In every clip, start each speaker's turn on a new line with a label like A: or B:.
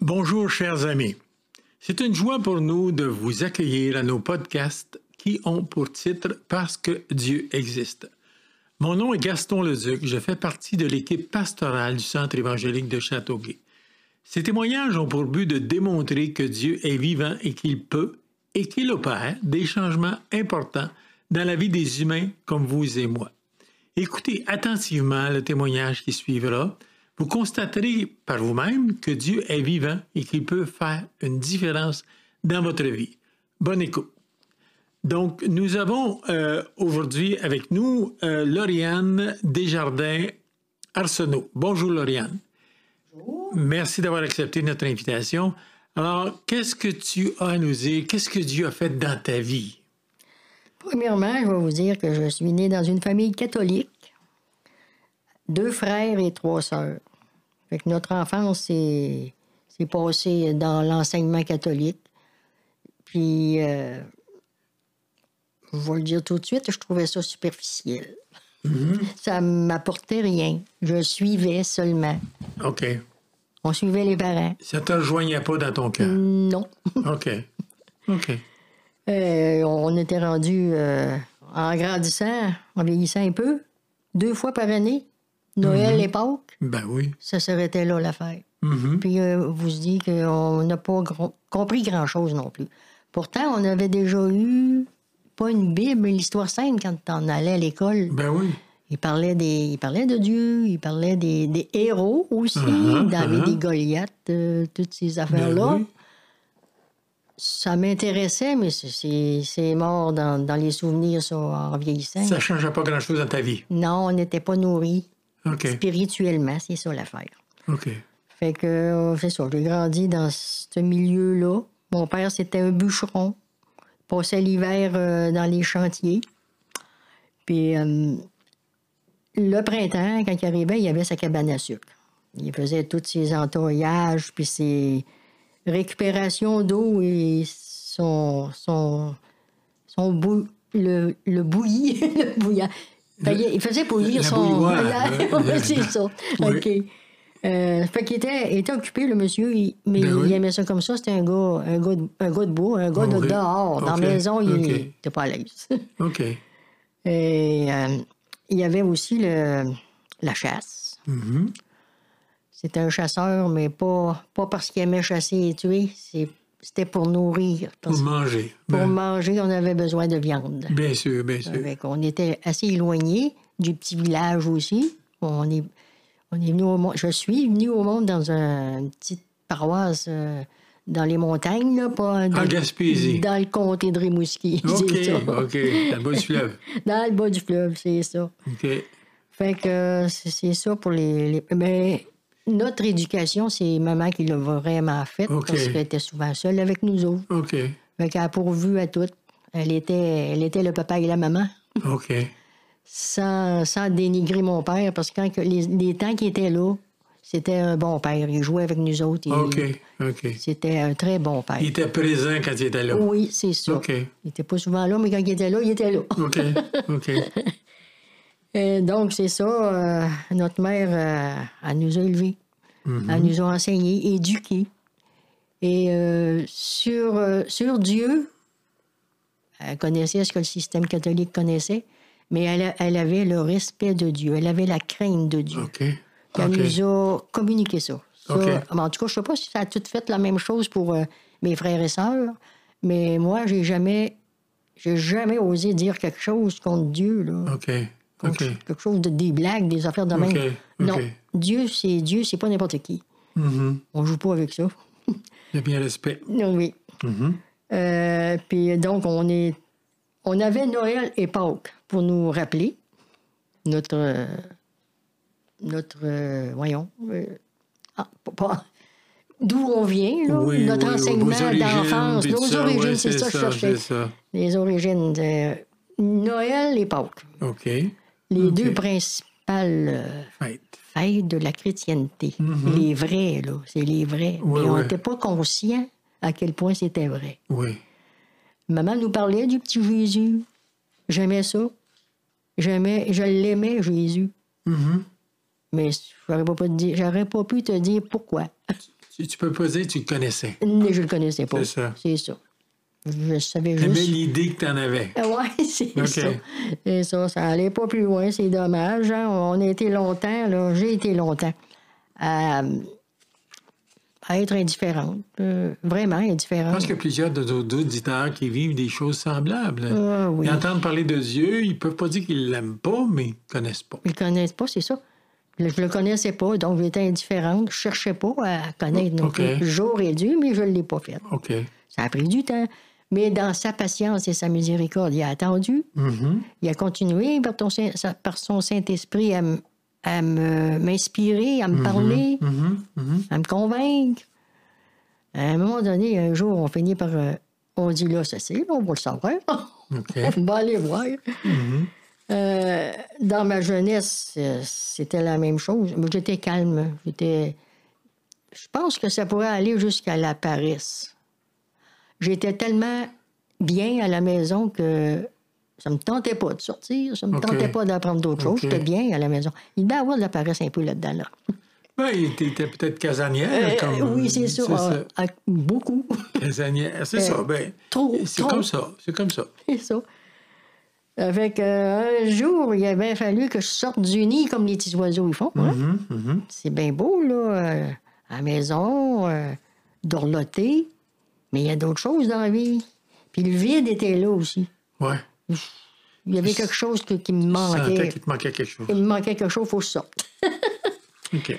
A: Bonjour, chers amis. C'est une joie pour nous de vous accueillir à nos podcasts qui ont pour titre Parce que Dieu existe. Mon nom est Gaston Leduc. Je fais partie de l'équipe pastorale du Centre évangélique de Châteauguay. Ces témoignages ont pour but de démontrer que Dieu est vivant et qu'il peut et qu'il opère des changements importants dans la vie des humains comme vous et moi. Écoutez attentivement le témoignage qui suivra. Vous constaterez par vous-même que Dieu est vivant et qu'il peut faire une différence dans votre vie. Bonne écoute. Donc, nous avons euh, aujourd'hui avec nous euh, Lauriane Desjardins Arsenault. Bonjour Lauriane. Merci d'avoir accepté notre invitation. Alors, qu'est-ce que tu as à nous dire? Qu'est-ce que Dieu a fait dans ta vie?
B: Premièrement, je vais vous dire que je suis née dans une famille catholique. Deux frères et trois sœurs. Fait que notre enfance s'est s'est passée dans l'enseignement catholique. Puis, euh, je vais le dire tout de suite, je trouvais ça superficiel. Ça m'apportait rien. Je suivais seulement.
A: OK.
B: On suivait les parents.
A: Ça ne te rejoignait pas dans ton cœur.
B: Non.
A: OK. OK.
B: Euh, on était rendu euh, en grandissant, en vieillissant un peu, deux fois par année, Noël et Pâques,
A: Ben oui.
B: ça s'arrêtait là l'affaire.
A: Mhm.
B: Puis euh, vous se dites qu'on n'a pas gro- compris grand-chose non plus. Pourtant, on avait déjà eu, pas une Bible, mais l'histoire sainte quand on allait à l'école.
A: Ben oui.
B: Il parlait, des, il parlait de Dieu, il parlait des, des héros aussi,
A: Uh-huh,
B: David
A: uh-huh.
B: et Goliath, euh, toutes ces
A: Ben
B: affaires-là.
A: oui.
B: Ça m'intéressait, mais c'est- c'est c'est mort dans, dans les souvenirs ça, en vieillissant.
A: Ça ne changeait pas grand-chose dans ta vie.
B: Non, on n'était pas nourri
A: OK.
B: spirituellement, c'est ça l'affaire.
A: OK.
B: Fait que, euh, c'est ça, j'ai grandi dans ce milieu-là. Mon père, c'était un bûcheron. Il passait l'hiver euh, dans les chantiers. Puis, euh, le printemps, quand il arrivait, il avait sa cabane à sucre. Il faisait tous ses entouillages, puis ses récupérations d'eau et son, son, son bou- le, le bouilli, le bouillant. Fait qu'il- il faisait bouillir
A: la
B: son...
A: bouilloire,
B: la-
A: là.
B: c'est ça.
A: Oui.
B: OK. Euh, fait qu'il était, il était occupé, le monsieur, il- mais
A: Ben
B: il
A: oui.
B: aimait ça comme ça. C'était un gars, un, gars de, un gars de bois, un gars de
A: Oui.
B: dehors. Dans
A: OK.
B: la maison, il
A: OK.
B: n'était pas à l'aise.
A: OK.
B: Et euh, il y avait aussi le, la chasse.
A: Mhm.
B: C'était un chasseur, mais pas, pas parce qu'il aimait chasser et tuer. c'est- C'était pour nourrir.
A: Pour
B: Parce que
A: manger.
B: pour
A: Ben,
B: manger, on avait besoin de viande.
A: bien sûr, bien sûr.
B: Fait qu'on était assez éloigné du petit village aussi. On est, on est venu au monde. Je suis venu au monde dans un- une petite paroisse euh, dans les montagnes, là, pas dans,
A: Gaspésie.
B: dans le comté de Rimouski. c'est
A: OK.
B: ça.
A: OK. La bonne fleuve.
B: Dans le bas du fleuve, c'est ça.
A: OK.
B: Fait que euh, c'est c'est ça pour les. les- Mais notre éducation, c'est maman qui l'a vraiment faite
A: OK.
B: parce qu'elle était souvent seule avec nous autres.
A: OK.
B: Fait qu'elle a pourvu à tout. Elle était, elle était le papa et la maman.
A: OK.
B: Sans, sans dénigrer mon père, parce que quand que les, les temps qu'il était là, c'était un bon père. Il jouait avec nous autres. il-
A: OK. OK.
B: C'était un très bon père.
A: Il était présent quand il était là.
B: Oui, c'est ça.
A: OK. Mm.
B: Il était pas souvent là, mais quand il était là, il était là.
A: OK. OK.
B: Et donc, c'est ça. euh, notre mère, euh, elle nous a élevés.
A: Mm-hmm.
B: Elle nous a enseignés, éduqués. Et euh, sur, euh, sur Dieu, elle connaissait ce que le système catholique connaissait, mais elle, a- elle avait le respect de Dieu, elle avait la crainte de Dieu.
A: OK.
B: Puis Elle
A: OK.
B: nous a communiqué ça. Ça, ah,
A: OK.
B: mais En tout cas, je ne sais pas si ça a tout fait la même chose pour euh, mes frères et sœurs, mais moi, j'ai jamais, j'ai jamais osé dire quelque chose contre Dieu. Là.
A: OK.
B: Contre-
A: Ah, OK.
B: Quelque chose de, des blagues, des affaires de même.
A: OK, OK.
B: Non, Dieu, c'est Dieu, c'est pas n'importe qui.
A: Mhm.
B: On joue pas avec ça.
A: Il y a bien respect.
B: Non, oui.
A: Mhm.
B: Euh, puis donc, on est. On avait Noël et Pâques pour nous rappeler notre. euh, Notre. euh, voyons. euh, ah, pas- pas- D'où on vient, là,
A: Oui,
B: notre
A: oui,
B: enseignement
A: vos origines,
B: d'enfance,
A: puis
B: nos
A: tout ça,
B: origines,
A: oui,
B: c'est ça que je cherchais.
A: C'est ça.
B: Les origines de Noël et Pâques.
A: OK.
B: Les
A: Ok.
B: deux principales euh,
A: Right.
B: fête de la chrétienté.
A: Mm-hmm.
B: Les vrais, là, c'est les vrais.
A: Oui,
B: Mais on
A: oui.
B: n'était pas conscient à quel point c'était vrai.
A: Oui.
B: Maman nous parlait du petit Jésus. J'aimais ça. J'aimais, je l'aimais, Jésus.
A: Mhm.
B: Mais j'aurais pas, pu te dire- j'aurais pas pu te dire pourquoi.
A: Tu, tu peux pas dire que tu le connaissais.
B: Mais je le connaissais pas.
A: C'est ça.
B: C'est ça. Je savais
A: T'aimais
B: juste.
A: l'idée que t'en avais.
B: Ah Ouais, c'est
A: Ok.
B: ça. C'est ça. Ça allait pas plus loin, c'est dommage. hein. On a été longtemps, là, j'ai été longtemps à, à être indifférente. Euh, vraiment
A: Je
B: indifférente.
A: pense qu'il y a plusieurs de nos auditeurs qui vivent des choses semblables.
B: Ah, oui.
A: Ils entendent parler de Dieu, ils peuvent pas dire qu'ils l'aiment pas, mais ils connaissent pas.
B: Ils ne connaissent pas, c'est ça. Je ne le connaissais pas, donc j'étais indifférente. Je ne cherchais pas à connaître non
A: Ok.
B: plus. J'aurais dû, mais je ne l'ai pas fait.
A: OK.
B: Ça a pris du temps. Mais dans sa patience et sa miséricorde, il a attendu.
A: Mhm.
B: Il a continué par, ton Saint- sa- par son Saint-Esprit à, m- à me- m'inspirer, à me parler,
A: Mhm. Mhm.
B: à me convaincre. À un moment donné, un jour, on finit par. euh, on dit là, ça c'est, là, on va le savoir.
A: OK.
B: on va aller voir.
A: Mm-hmm.
B: Euh, dans ma jeunesse, euh, c'était la même chose. Mais J'étais calme. J'étais. Je pense que ça pourrait aller jusqu'à la paresse. J'étais tellement bien à la maison que ça me tentait pas de sortir, ça me
A: Ok.
B: tentait pas d'apprendre d'autres choses.
A: Ok.
B: J'étais bien à la maison. Il devait y avoir de la paresse un peu là-dedans. là.
A: Ben, t'étais peut-être casanière.
B: Euh,
A: comme-
B: oui, c'est sûr.
A: Eh, ça.
B: Ah, ah, beaucoup.
A: Casanière. C'est
B: Euh,
A: ça. Ben,
B: trop,
A: c'est
B: trop.
A: comme ça. C'est comme ça.
B: C'est ça. Fait que, euh, un jour, il avait fallu que je sorte du nid comme les petits oiseaux ils font. hein.
A: Mhm. Mhm.
B: C'est bien beau, là, euh, à la maison, euh, dorloter, mais il y a d'autres choses dans la vie. Puis le vide était là aussi.
A: Ouais.
B: Il y avait quelque chose que- qui me
A: Je sentais
B: manquait.
A: qu'il te manquait quelque chose.
B: Il me manquait quelque chose, il faut que je sorte.
A: OK.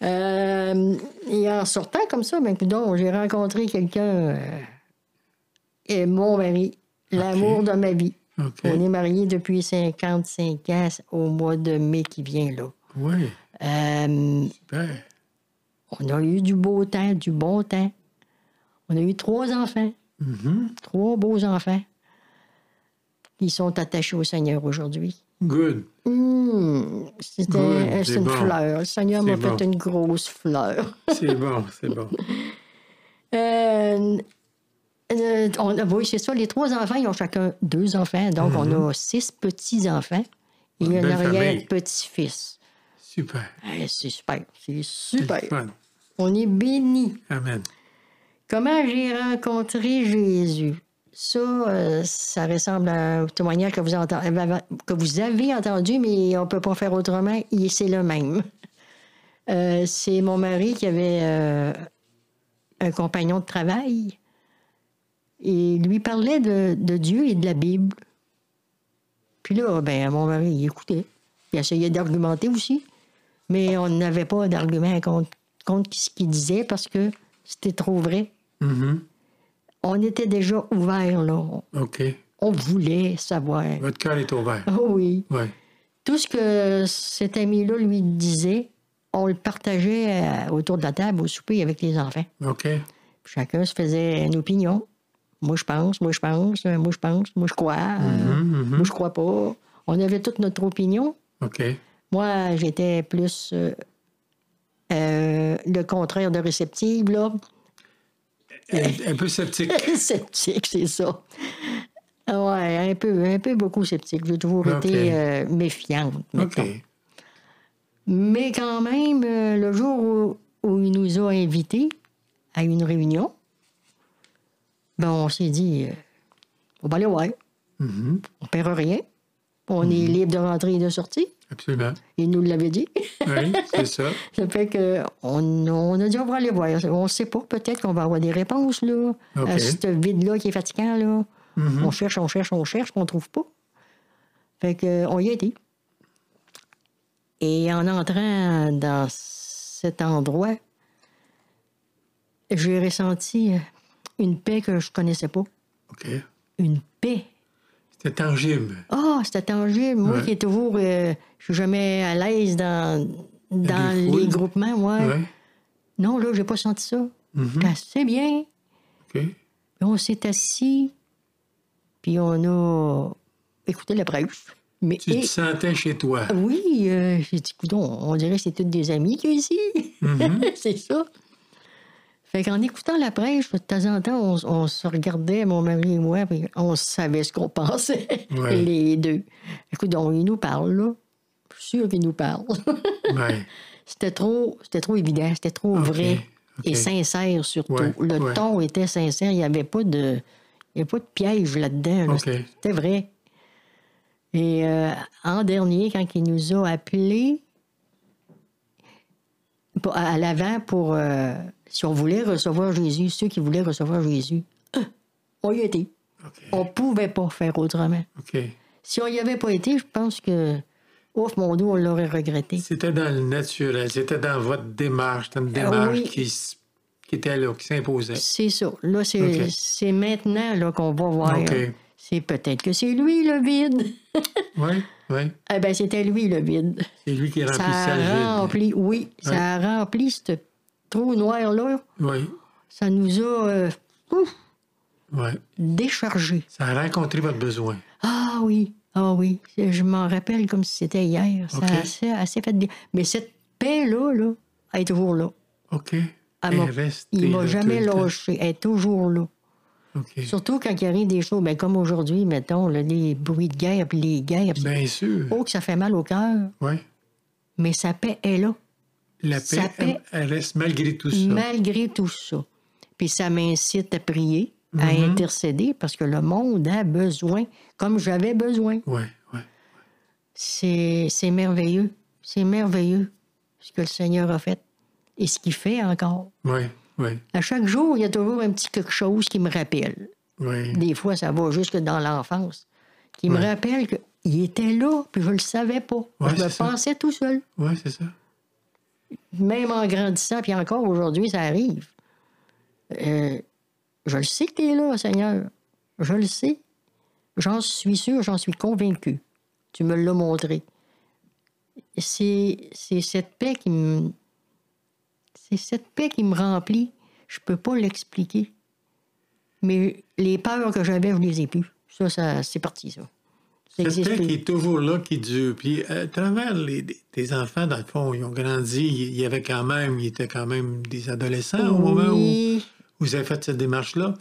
B: Euh, et en sortant comme ça, ben, coudonc, j'ai rencontré quelqu'un, euh, et mon mari, l'amour de ma vie.
A: OK.
B: On est mariés depuis 55 ans au mois de mai qui vient, là.
A: Oui.
B: Euh,
A: Super.
B: on a eu du beau temps, du bon temps. On a eu trois enfants,
A: Mhm.
B: trois beaux enfants. qui sont attachés au Seigneur aujourd'hui.
A: Good.
B: Hum, C'était
A: Good,
B: c'est
A: c'est
B: une
A: bon.
B: fleur. Le Seigneur m'a
A: C'est
B: fait
A: bon.
B: une grosse fleur.
A: C'est bon. C'est bon.
B: Euh, euh, on a, oui, c'est ça. Les trois enfants, ils ont chacun deux enfants. Donc, on a six petits-enfants et
A: Mm-hmm. Une
B: un
A: belle famille.
B: arrière-petit-fils.
A: Super.
B: Eh, c'est super. C'est
A: C'est
B: super.
A: le fun.
B: On est bénis.
A: Amen.
B: Comment j'ai rencontré Jésus? Ça, euh, ça ressemble à un témoignage que vous, entend- euh, ben, que vous avez entendu, mais on ne peut pas faire autrement. et C'est le même. Euh, c'est mon mari qui avait euh, un compagnon de travail. Et il lui parlait de, de Dieu et de la Bible. Puis là, ben, mon mari, il écoutait. Il essayait d'argumenter aussi. Mais on n'avait pas d'argument contre, contre ce qu'il disait parce que c'était trop vrai
A: Mhm.
B: on était déjà ouvert, là. On-
A: OK.
B: On voulait savoir.
A: Votre cœur est ouvert.
B: Ah oui.
A: Oui.
B: Tout ce que cet ami-là lui disait, on le partageait euh, autour de la table au souper avec les enfants.
A: OK.
B: Puis chacun se faisait une opinion. Moi, je pense, moi, je pense, euh, moi, je pense, moi, je crois, euh,
A: Mhm, mhm.
B: moi, je crois pas. On avait toute notre opinion.
A: OK.
B: Moi, j'étais plus euh, euh, le contraire de réceptive, là.
A: Un, un peu sceptique.
B: sceptique, c'est ça. Ouais, un peu, un peu beaucoup sceptique. J'ai toujours
A: Ok.
B: été euh, méfiante.
A: OK.
B: mettons. Mais quand même, euh, le jour où, où il nous a invités à une réunion, ben on s'est dit, euh, on va aller voir,
A: Mhm.
B: on paiera rien. On
A: Mm-hmm.
B: est libre de rentrer et de sortir.
A: Absolument.
B: Il nous l'avait dit.
A: Oui, c'est ça.
B: Ça fait que on, on a dit, on va aller voir. On ne sait pas, peut-être qu'on va avoir des réponses, là, à
A: Ok.
B: ce vide-là qui est fatigant, là.
A: Mhm.
B: On cherche, on cherche, on cherche, on trouve pas. Fait que, euh, on y a été. Et en entrant dans cet endroit, j'ai ressenti euh, une paix que je connaissais pas.
A: OK.
B: Une paix.
A: C'était tangible.
B: Ah, c'était tangible. Moi
A: Ouais.
B: qui est toujours, euh, je suis jamais à l'aise dans, dans
A: Des foules.
B: les groupements, moi.
A: Oui.
B: Non, là, j'ai pas senti ça.
A: Mhm.
B: J'étais assez bien.
A: OK.
B: Puis on s'est assis, puis on a écouté la prêche. Mais
A: Tu te sentais chez toi.
B: oui, euh, j'ai dit, coudonc, on dirait que c'est toutes des amis qui ici.
A: Mhm.
B: c'est ça. Fait qu'en écoutant la prêche, de temps en temps, on, s- on se regardait, mon mari et moi, puis on savait ce qu'on pensait,
A: Ouais.
B: les deux. Écoute, il nous parle, là. Je suis sûr qu'il nous parle.
A: Oui.
B: c'était trop, c'était trop évident, c'était trop vrai.
A: OK.
B: et sincère surtout.
A: Ouais,
B: le
A: ouais.
B: ton était sincère. Il n'y avait pas de, il y avait pas de piège là-dedans. là.
A: OK.
B: C'était vrai. Et euh, en dernier, quand il nous a appelés pour- à à l'avant pour euh, si on voulait recevoir Jésus, ceux qui voulaient recevoir Jésus, on y était.
A: OK.
B: On pouvait pas faire autrement.
A: OK.
B: Si on y avait pas été, je pense que, ouf, mon dos, on l'aurait regretté.
A: C'était dans le naturel, c'était dans votre démarche, dans une démarche
B: Ah oui.
A: qui, s- qui était là, qui s'imposait.
B: C'est ça. Là, c'est
A: Ok.
B: c'est maintenant là, qu'on va voir.
A: OK.
B: C'est peut-être que c'est lui le vide.
A: Oui, oui.
B: Eh bien, c'était lui le vide.
A: C'est lui qui
B: Ça
A: remplissait
B: a
A: le vide.
B: rempli, oui, ça a rempli ce trou noir-là.
A: Oui,
B: Ça nous a euh, ouf,
A: oui.
B: déchargés.
A: Ça a rencontré votre besoin.
B: Ah oui, ah oui. Je m'en rappelle comme si c'était hier. Ça
A: Ok.
B: a assez, assez fait bien. Mais cette paix-là, là, elle est toujours là.
A: OK.
B: Elle
A: Et
B: m'a-
A: restez
B: il
A: là
B: m'a
A: tout
B: jamais
A: le temps.
B: lâché. Elle est toujours là.
A: OK.
B: Surtout quand il arrive des choses, ben, comme aujourd'hui, mettons, là, les bruits de guerre, puis les guerres. puis-
A: Bien sûr.
B: Oh, que ça fait mal au cœur,
A: Oui.
B: mais sa paix est là,
A: La paix,
B: Sa paix-
A: elle- elle reste malgré tout ça.
B: malgré tout ça. Puis ça m'incite à prier, à intercéder, parce que le monde a besoin, comme j'avais besoin.
A: Oui, oui.
B: C'est c'est merveilleux. C'est merveilleux ce que le Seigneur a fait et ce qu'il fait encore.
A: Oui, oui.
B: À chaque jour, il y a toujours un petit quelque chose qui me rappelle.
A: Oui.
B: Des fois, ça va jusque dans l'enfance, qui me
A: Mm. Ouais.
B: rappelle qu'il était là, puis je ne le savais pas.
A: Ouais,
B: je
A: c'est
B: me
A: ça.
B: pensais tout seul.
A: Oui, c'est ça.
B: même en grandissant, puis encore aujourd'hui, ça arrive. Euh, je le sais que tu es là, Seigneur. Je le sais. J'en suis sûr, j'en suis convaincu. Tu me l'as montré. C'est c'est cette paix qui me. C'est cette paix qui me remplit. Je peux pas l'expliquer. Mais les peurs que j'avais, je les ai plus. Ça, ça c'est parti, ça. Ça
A: Cette
B: existe
A: paix
B: plus.
A: qui est toujours là, qui dure. Puis euh, à travers les, tes enfants, dans le fond, ils ont grandi, il y avait quand même, ils étaient quand même des adolescents au moment où
B: Oui.
A: vous avez fait cette démarche-là.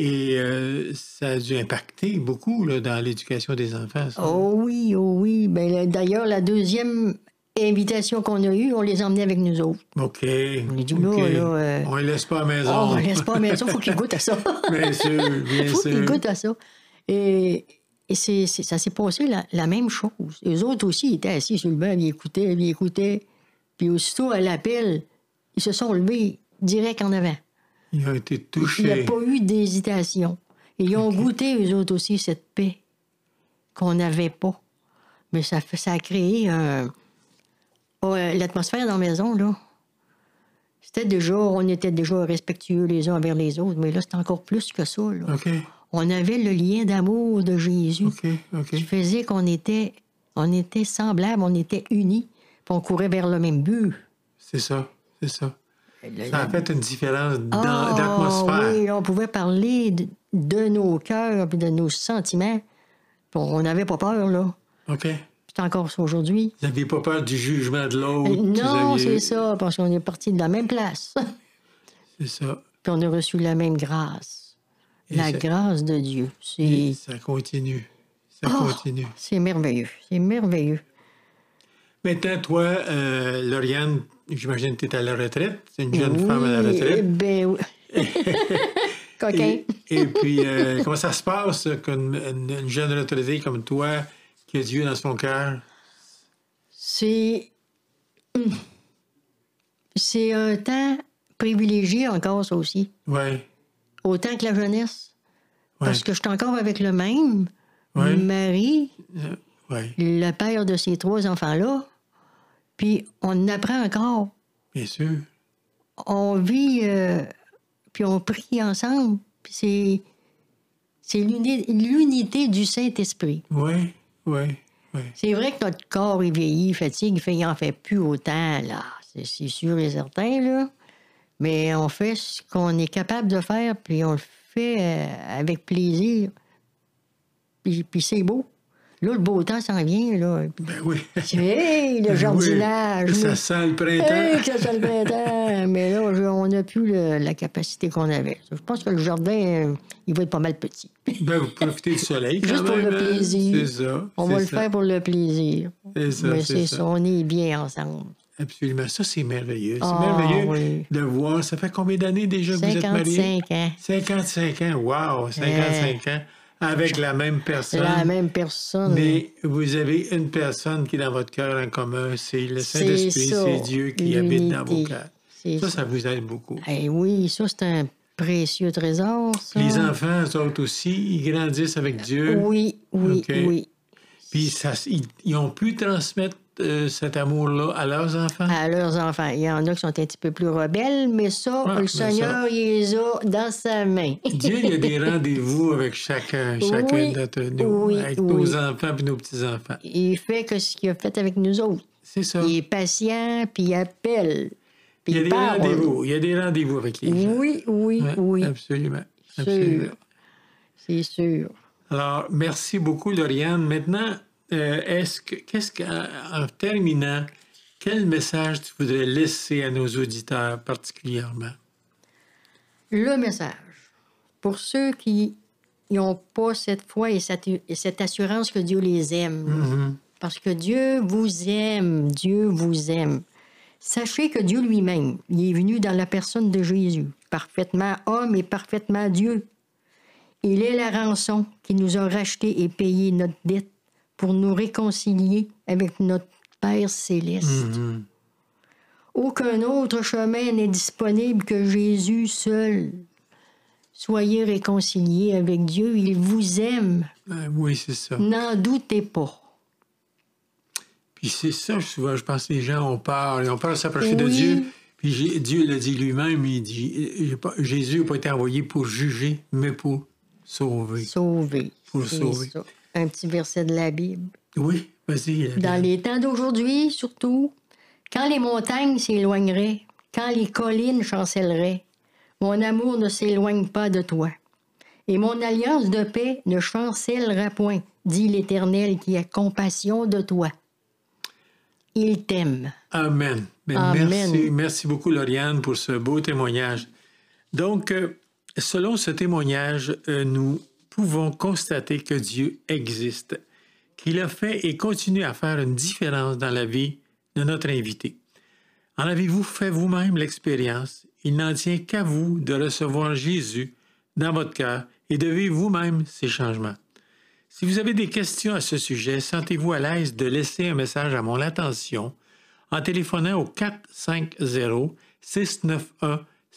A: Et euh, ça a dû impacter beaucoup là, dans l'éducation des enfants. ça.
B: Oh oui, oh oui. Ben, la- D'ailleurs, la deuxième invitation qu'on a eue, on les emmenait avec nous autres.
A: OK.
B: On les dit
A: OK.
B: là, là, euh,
A: On les laisse pas à la
B: oh,
A: maison.
B: on laisse pas, mais ça, faut qu'ils goûtent à ça.
A: bien sûr, bien
B: faut qu'ils
A: sûr.
B: goûtent à ça. Et, et c'est- c'est- ça s'est passé la, la même chose. Les autres aussi ils étaient assis sur le banc, ils écoutaient, ils écoutaient. Puis aussitôt, à l'appel, ils se sont levés direct en avant.
A: Ils ont été
B: Il n'y
A: touchés.
B: a pas eu d'hésitation. Ils ont goûté, eux autres aussi, cette paix qu'on n'avait pas. Mais ça, fait- ça a créé un... Oh, euh, l'atmosphère dans la maison, là. C'était déjà, on était déjà respectueux les uns envers les autres, mais là, c'est encore plus que ça. là.
A: OK,
B: On avait le lien d'amour de Jésus
A: Ah. OK, OK.
B: qui faisait qu'on était, on était semblables, on était unis, puis on courait vers le même but.
A: C'est ça, c'est ça.
B: Le-
A: Ça a fait une différence dans-
B: Ah,
A: d'atmosphère.
B: Oui, on pouvait parler de, de nos cœurs puis de nos sentiments. Puis On n'avait pas peur, là.
A: OK.
B: C'est encore ça aujourd'hui.
A: Vous n'aviez pas peur du jugement de l'autre. vous
B: Euh, Non,
A: aviez-
B: c'est ça, parce qu'on est parti de la même place.
A: C'est ça.
B: puis on a reçu la même grâce.
A: Et
B: la
A: ça-
B: grâce de Dieu.
A: Et
B: C'est
A: ça continue. Ça
B: Oh!
A: continue.
B: c'est merveilleux. C'est merveilleux.
A: Maintenant, toi, euh, Lauriane, j'imagine que tu es à la retraite. C'est une jeune
B: Oui,
A: femme à la
B: eh
A: retraite.
B: ben oui. Coquin.
A: Et, et puis, euh, comment ça se passe euh, qu'une une- une jeune retraitée comme toi, qui a Dieu dans son cœur?
B: C'est. Hum. C'est un temps privilégié encore, ça aussi.
A: Oui,
B: Autant que la jeunesse.
A: oui,
B: Parce que je suis encore avec le même
A: Ouais.
B: mari,
A: oui,
B: le père de ces trois enfants-là. Puis on apprend encore.
A: bien sûr.
B: On vit, euh, puis on prie ensemble. Puis c'est, c'est l'uni- l'unité du Saint-Esprit.
A: Oui, oui, oui.
B: C'est vrai que notre corps est vieilli, fatigue, fait, il n'en fait plus autant, là. C'est, c'est sûr et certain, là. Mais on fait ce qu'on est capable de faire, puis on le fait euh, avec plaisir. Puis, puis c'est beau. Là, le beau temps s'en vient, là. Puis,
A: Ben oui.
B: hey, le jardinage!
A: Oui, ça hein?
B: là.
A: sent le printemps.
B: Hey, que ça le printemps! Mais là, je- on n'a plus le- la capacité qu'on avait. Je pense que le jardin, euh, il va être pas mal petit.
A: Ben, vous profitez du soleil quand
B: Juste pour
A: même,
B: le
A: hein.
B: plaisir.
A: C'est ça.
B: On
A: c'est
B: va le
A: ça.
B: faire pour le plaisir.
A: C'est ça,
B: Mais
A: c'est
B: c'est
A: ça.
B: ça, on est bien ensemble.
A: Absolument. Ça, c'est merveilleux. C'est
B: Ah,
A: merveilleux
B: oui.
A: de voir. Ça fait combien d'années déjà que vous êtes mariés?
B: 55 ans.
A: 55 ans. Wow, 55 ans. Avec la même
B: C'est
A: personne.
B: Eh. la même personne.
A: Mais vous avez une personne qui est dans votre cœur en commun, c'est le
B: C'est
A: Saint-Esprit,
B: ça,
A: c'est Dieu qui
B: l'unité.
A: habite dans vos cœurs.
B: C'est
A: Ça,
B: ça.
A: ça vous aide beaucoup.
B: Eh oui, ça, c'est un précieux trésor, ça.
A: Les enfants, eux autres aussi, ils grandissent avec Dieu,
B: Oui, oui,
A: Ok.
B: oui.
A: puis ça, ils, ils ont pu transmettre euh, cet amour-là à leurs enfants.
B: À leurs enfants. Il y en a qui sont un petit peu plus rebelles, mais ça,
A: Ouais,
B: le
A: Ah, mais
B: Seigneur,
A: ça-
B: il les a dans sa main.
A: Dieu, il y a des rendez-vous avec chacun, chacun
B: Oui,
A: d'entre nous,
B: oui,
A: avec
B: oui.
A: nos enfants et nos petits-enfants.
B: Il fait que ce qu'il a fait avec nous autres.
A: C'est ça.
B: Il est patient, puis il appelle.
A: Il
B: Puis
A: y a
B: il
A: des
B: parle.
A: rendez-vous. Il y a des rendez-vous avec les gens.
B: Oui, oui,
A: Ouais,
B: oui.
A: Absolument.
B: Sûr.
A: absolument.
B: C'est sûr.
A: Alors, merci beaucoup, Lauriane. Maintenant, euh, est-ce que, qu'est-ce que, en en terminant, quel message tu voudrais laisser à nos auditeurs particulièrement?
B: Le message. Pour ceux qui n'ont pas cette foi et cette, et cette assurance que Dieu les aime,
A: Mhm.
B: parce que Dieu vous aime, Dieu vous aime. Sachez que Dieu lui-même, il est venu dans la personne de Jésus, parfaitement homme et parfaitement Dieu. Il est la rançon qui nous a racheté et payé notre dette pour nous réconcilier avec notre Père céleste.
A: Mhm.
B: Aucun autre chemin n'est disponible que Jésus seul. Soyez réconciliés avec Dieu, il vous aime,
A: Euh, oui, c'est ça.
B: n'en doutez pas.
A: Puis c'est ça, souvent, je pense que les gens ont peur. Ils ont peur de s'approcher de
B: Oui.
A: Dieu. Puis J- Dieu l'a dit lui-même, il dit, euh, j'ai pas- Jésus n'a pas été envoyé pour juger, mais pour sauver.
B: Sauver.
A: Faut le
B: c'est
A: sauver.
B: ça. Un petit verset de la Bible.
A: Oui, vas-y. Lauriane.
B: Dans les temps d'aujourd'hui, surtout, quand les montagnes s'éloigneraient, quand les collines chancelleraient, mon amour ne s'éloigne pas de toi. Et mon alliance de paix ne chancellera point, dit l'Éternel qui a compassion de toi. Il t'aime.
A: Amen. Ben,
B: Amen.
A: Merci, merci beaucoup, Lauriane, pour ce beau témoignage. Donc, euh, selon ce témoignage, euh, nous pouvons constater que Dieu existe, qu'il a fait et continue à faire une différence dans la vie de notre invité. En avez-vous fait vous-même l'expérience? Il n'en tient qu'à vous de recevoir Jésus dans votre cœur et de vivre vous-même ces changements. Si vous avez des questions à ce sujet, sentez-vous à l'aise de laisser un message à mon attention en téléphonant au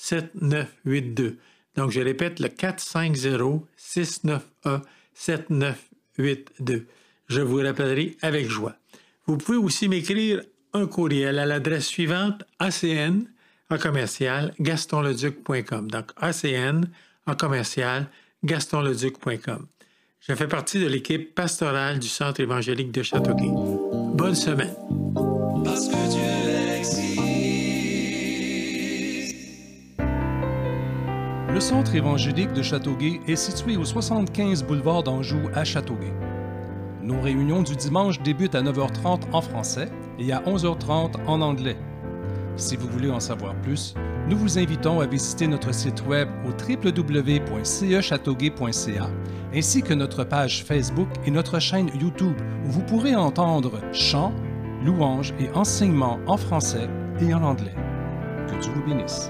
A: 450-691-7982. Donc, je répète, le 450-691-7982. Je vous rappellerai avec joie. Vous pouvez aussi m'écrire un courriel à l'adresse suivante acn en commercial gastonleduc.com. Donc, acn en commercial gastonleduc.com. Je fais partie de l'équipe pastorale du Centre évangélique de Châteauguay. Bonne semaine.
C: Parce que Dieu existe.
D: Le Centre évangélique de Châteauguay est situé au 75 boulevard d'Anjou à Châteauguay. Nos réunions du dimanche débutent à 9h30 en français et à 11h30 en anglais. Si vous voulez en savoir plus, nous vous invitons à visiter notre site web au e www.cechateauguay.ca ainsi que notre page Facebook et notre chaîne YouTube où vous pourrez entendre chants, louanges et enseignements en français et en anglais. Que Dieu vous bénisse.